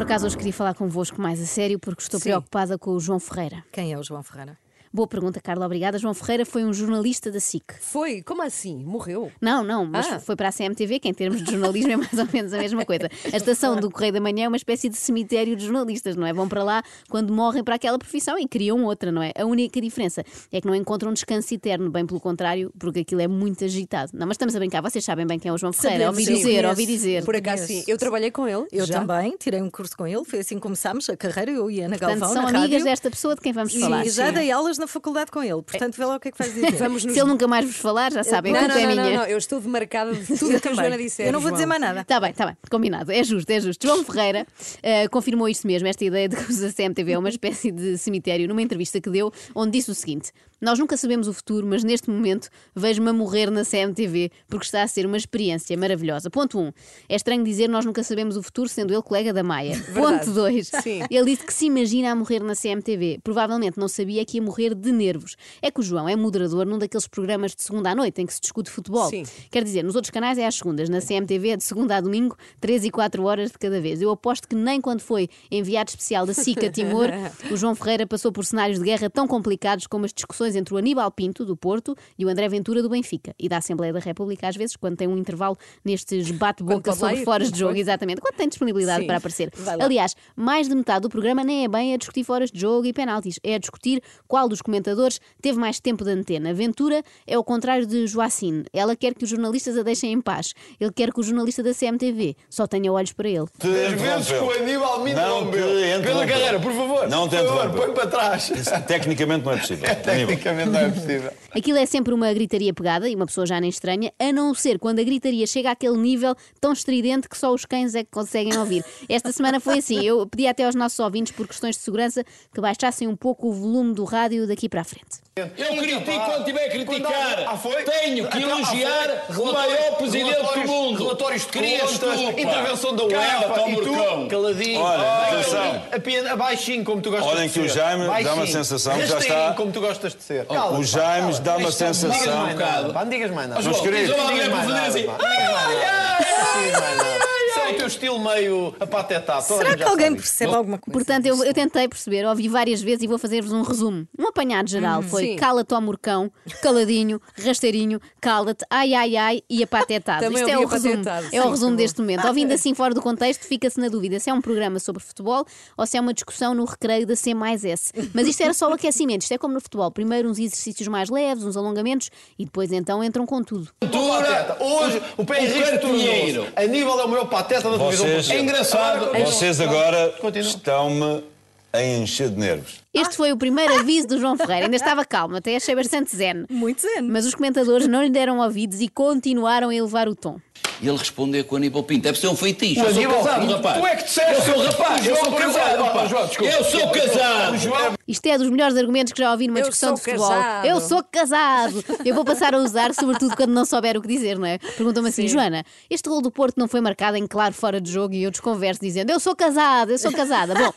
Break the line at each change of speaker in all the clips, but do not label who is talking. acaso hoje queria falar convosco mais a sério porque estou
Sim.
preocupada com o João Ferreira.
Quem é o João Ferreira?
Boa pergunta, Carla, obrigada. João Ferreira foi um jornalista da SIC.
Foi, como assim? Morreu?
Não, não, mas
Ah.
foi para a CMTV, que em termos de jornalismo é mais ou menos a mesma coisa. A estação do Correio da Manhã é uma espécie de cemitério de jornalistas, não é? Vão para lá quando morrem para aquela profissão e criam outra, não é? A única diferença é que não encontram descanso eterno, bem pelo contrário, porque aquilo é muito agitado. Não, mas estamos a brincar, vocês sabem bem quem é o João Ferreira,
Sabemos,
ouvi
sim,
dizer,
conheço.
ouvi dizer.
Por acaso sim,
Conheço.
eu trabalhei com ele.
Eu
já.
também tirei um curso com ele, foi assim que começámos a carreira, eu e a Ana
Portanto,
Galvão.
são
na
amigas
rádio,
desta pessoa de quem vamos falar.
E já
sim.
dei aulas na faculdade com ele, portanto vê lá o que é que vais dizer.
Vamos nos.
Se ele nunca mais vos falar, já sabem, a
não,
culpa
não,
é
não,
minha.
não, não, eu estou demarcada de tudo o que a Joana disse.
eu não vou dizer mais nada.
Está bem, está bem, combinado. É justo, é justo. João Ferreira eh, confirmou isto mesmo, esta ideia de que a CMTV é uma espécie de cemitério, numa entrevista que deu, onde disse o seguinte: Nós nunca sabemos o futuro, mas neste momento vejo-me a morrer na CMTV porque está a ser uma experiência maravilhosa. Ponto 1. Um, é estranho dizer nós nunca sabemos o futuro, sendo ele colega da Maia. Ponto 2.
Sim.
Ele disse que se imagina a morrer na CMTV. Provavelmente não sabia que ia morrer de nervos. É que o João é moderador num daqueles programas de segunda à noite em que se discute futebol.
Sim.
Quer dizer, nos outros canais é às segundas, na CMTV é de segunda a domingo, 3 e 4 horas de cada vez. Eu aposto que nem quando foi enviado especial da SICA Timor, o João Ferreira passou por cenários de guerra tão complicados como as discussões entre o Aníbal Pinto, do Porto, e o André Ventura, do Benfica, e da Assembleia da República, às vezes, quando tem um intervalo nestes bate-boca
Quando pode lá
sobre
ir,
fora de jogo,
pois.
exatamente, quando tem disponibilidade
Sim.
para aparecer.
Vai lá.
Aliás, mais de metade do programa nem é bem a discutir horas de jogo e penaltis, é a discutir qual dos comentadores teve mais tempo de antena. Ventura é o contrário de Joacine. Ela quer que os jornalistas a deixem em paz. Ele quer que o jornalista da CMTV só tenha olhos para ele.
Te
As vezes que
interrompeu.
o Aníbal me
Não
interrompeu.
te
Pela
interrompeu.
carreira, por favor.
Não te
por favor,
interrompeu.
põe para trás.
Isso Tecnicamente não é possível. Aníbal.
Tecnicamente não é possível.
Aquilo é sempre uma gritaria pegada e uma pessoa já nem estranha, a não ser quando a gritaria chega àquele nível tão estridente que só os cães é que conseguem ouvir. Esta semana foi assim. Eu pedi até aos nossos ouvintes, por questões de segurança, que baixassem um pouco o volume do rádio daqui para a frente.
Eu critico quando tiver a criticar.
Quando há- ah, foi?
Tenho que
Então, ah,
elogiar
foi?
o maior
Relatórios-
presidente do
relatórios-
mundo.
relatórios de
Queria
contas,
desculpa.
intervenção da
Cala,
UEFA,
Tom
e tu?
Urcão. Caladinho.
Olha,
Ah,
atenção.
caladinho.
Apenas abaixinho, como tu gostas
Olhem
de
que
ser.
o Jaime dá uma
Baixinho.
sensação que já
Rasteirinho,
está-
um como tu gostas de ser.
O Jaime dá uma
Isto é um
sensação.
bocado.
Nada, pá, não digas mais nada.
João,
Mas, querido,
diz ao
Não
homem
digas
para
mais
fazer
nada, pá. Não
assim.
digas mais nada. Não digas mais nada. Isso é o teu estilo meio apatetado.
Será que alguém percebe alguma coisa?
Portanto, eu, eu tentei perceber, ouvi várias vezes e vou fazer-vos um resumo. Um apanhado geral foi
Uhum. sim.
cala-te ao murcão, caladinho, rasteirinho, cala-te, ai ai ai e apatetado.
Também
Isto é
ouvi
o resumo,
apatetado,
é o
sim,
resumo
muito
deste momento. Ouvindo assim fora do contexto, fica-se na dúvida se é um programa sobre futebol ou se é uma discussão no recreio da C mais S. Mas isto era só o aquecimento, isto é como no futebol. Primeiro uns exercícios mais leves, uns alongamentos e depois então entram com tudo.
Pateta. Hoje o Pé Henrique
cantinheiro.
tornou Aníbal é o maior pateta da televisão
Vocês,
portuguesa.
É engraçado.
Agora,
vocês agora
Então, Continua.
estão-me a encher de nervos.
Ah.
Este foi o primeiro aviso do João Ferreira. Ainda estava calmo, até achei bastante zen.
Muito zen.
Mas os comentadores não lhe deram ouvidos e continuaram a elevar o tom.
E ele respondeu com o Aníbal Pinto. Deve ser um feitiço.
O
Eu sou
Aníbal
casado,
Pinto.
rapaz.
Tu é que disseste.
Eu sou rapaz.
O
Eu
João
sou
casado.
casado,
Oh,
rapaz.
João, desculpa.
Eu sou casado.
O João
Isto é dos melhores argumentos que já ouvi numa
Eu
discussão
sou
de futebol.
casado.
Eu sou casado. Eu vou passar a usar, sobretudo quando não souber o que dizer, não é? Perguntam-me assim, Joana, este gol do Porto não foi marcado em claro fora de jogo e eu desconverso dizendo eu sou casado, eu sou casada. Bom,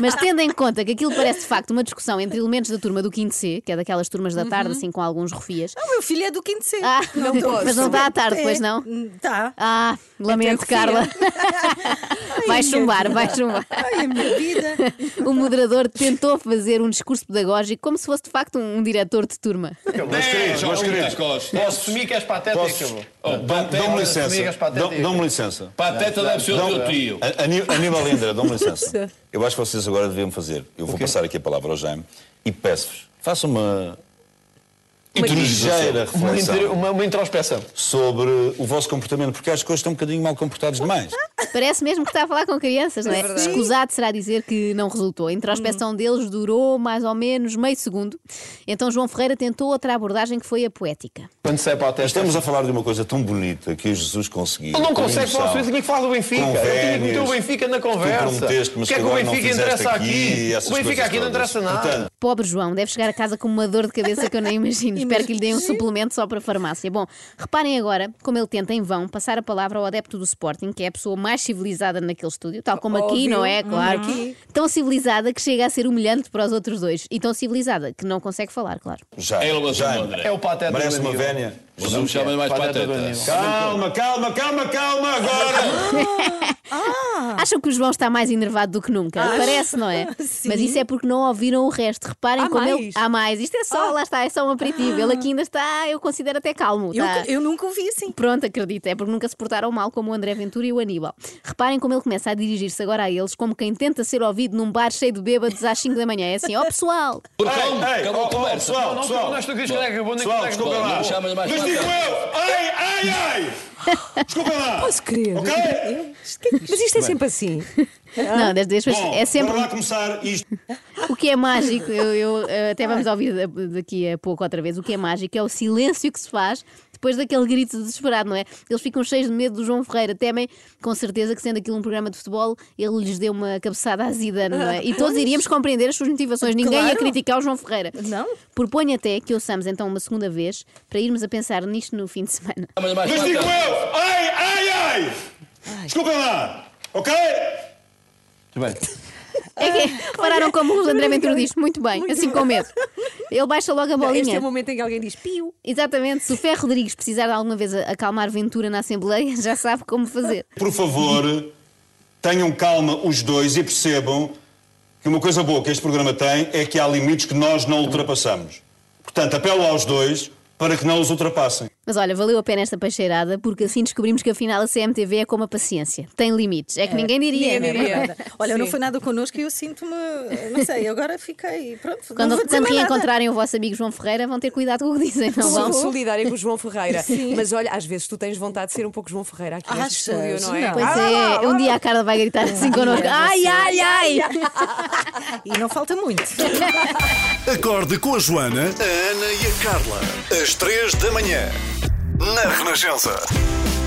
mas tendo em conta que aquilo parece de facto uma discussão entre elementos da turma do 5 C, que é daquelas turmas da
Uhum.
tarde, assim com alguns refias.
O meu filho é do quinto C.
Ah, mas não dá à tarde, pois
É,
não?
Está.
Ah, lamento,
Até
Carla.
refiro.
vai
Ai,
chumbar,
meu
vai
Deus.
chumbar.
Ai, a minha vida.
O moderador tentou fazer um discurso pedagógico como se fosse de facto um, um diretor de turma.
Meus
É,
queridos, meus queridos.
Posso assumir que és pateta e acabou.
Posso... Dão- Dão-me
Amigas
licença.
para a
Dão-
TT.
Dão-me licença.
Pateta deve ser o teu tio.
A- Ani- Aníbal Indra, dão-me licença. Eu acho que vocês agora deviam fazer. Eu vou passar aqui a palavra ao Jaime e peço-vos, façam uma. ligeira
Uma inter-
reflexão
Uma uma introspeção.
sobre o vosso comportamento, porque acho que hoje estão um bocadinho mal comportados demais.
Parece mesmo que está a falar com crianças, não é? Escusado será dizer que não resultou. A introspeção deles durou mais ou menos meio segundo. Então João Ferreira tentou outra abordagem que foi a poética.
Quando sai para a testa.
Estamos a falar de uma coisa tão bonita que o Jesus conseguiu.
Ele não
com
consegue
emoção,
falar sobre isso. Tinha que falar do Benfica.
com
Ele tinha que meter o
vénias,
Benfica na
que tu
conversa.
prometeste, mas
O que é que o
agora não
Benfica
fizeste
interessa aqui?
essas
O Benfica
coisas
aqui não
todas.
interessa nada.
Portanto,
Pobre João, deve chegar a casa com uma dor de cabeça que eu nem imagino. Espero que lhe deem um suplemento só para a farmácia. Bom, reparem agora como ele tenta em vão passar a palavra ao adepto do Sporting, que é a pessoa mais civilizada naquele estúdio, tal como aqui,
Óbvio. Uhum.
não é? Claro.
Aqui.
Tão civilizada que chega a ser humilhante para os outros dois. E tão civilizada que não consegue falar, claro.
Já.
Ele lançou
já.
o André.
É o pateta
Merece
do
uma
Aníbal.
vénia.
Não me chamem mais
Pateta
pateta.
do Aníbal.
Calma, calma, calma, calma agora.
Ah.
Acham que o João está mais enervado do que nunca? Parece, não é?
Sim.
Mas isso é porque não ouviram o resto. Reparem
Há
como ele.
mais?
Há mais. Isto é só,
Ah.
lá está, é só um aperitivo. Ele aqui ainda está, eu considero até calmo.
Eu,
tá?
eu nunca o vi assim.
Pronto, acredito, é porque nunca se portaram mal como o André Ventura e o Aníbal. Reparem como ele começa a dirigir-se agora a eles, como quem tenta ser ouvido num bar cheio de bêbados às 5 da manhã. É assim, ó pessoal,
Porque calma,
Ei, ei,
acabou
ó,
a
ó,
conversa.
pessoal,
Não,
pessoal.
não estou aqui a dizer que acabou, nem
Pessoal,
que
desculpa
acabou.
lá.
Não chamas mais
Mas
para
digo
cá.
eu! Ai, ai, ai! Desculpa lá!
Posso crer?
Ok?
Eu- Mas isto é sempre assim.
Não, das vez
Bom,
é sempre
Vamos lá começar isto.
o que é mágico. Eu, eu, eh, até vamos ouvir da- daqui a pouco outra vez. O que é mágico é o silêncio que se faz depois daquele grito desesperado, não é? Eles ficam cheios de medo do João Ferreira, temem com certeza que sendo aquilo um programa de futebol, ele lhes deu uma cabeçada à Zidane, não é? E todos iríamos compreender as suas motivações. Ninguém ia
Claro.
criticar o João Ferreira.
Não.
Proponho até que ouçamos então uma segunda vez para irmos a pensar nisto no fim de semana.
Chamas mais
Mas
para
digo
cá.
eu! Ai, ai, ai! Desculpa lá! Ok?
Muito bem.
É
Ah,
que pararam como o André Ventura diz, muito bem,
Muito
assim
bem.
com medo. Ele baixa logo a bolinha.
Este é o momento em que alguém diz pio.
Exatamente, se o Ferro Rodrigues precisar de alguma vez acalmar Ventura na Assembleia, já sabe como fazer.
Por favor, tenham calma os dois e percebam que uma coisa boa que este programa tem é que há limites que nós não ultrapassamos. Portanto, apelo aos dois para que não os ultrapassem.
Mas olha, valeu a pena esta peixeirada, porque assim descobrimos que afinal a CMTV é como a paciência, tem limites. É que ninguém diria.
ninguém
não é?
diria.
Nada. Olha, não
Sim.
foi nada connosco e eu sinto-me, não sei, agora fiquei. Pronto, não vou
Quando,
dizer
quando
mais nada.
reencontrarem o vosso amigo João Ferreira, vão ter cuidado com o que dizem, não
Sou
vão?
solidária com o João Ferreira. Mas olha, às vezes tu tens vontade de ser um pouco João Ferreira aqui neste
Ah, Achas?
estúdio, não é?
Não.
Pois é, um dia a Carla vai gritar assim
é,
connosco: ai, ai, ai!
E não falta muito.
Acorde com a Joana, a Ana e a Carla. Às três da manhã. Na Renascença.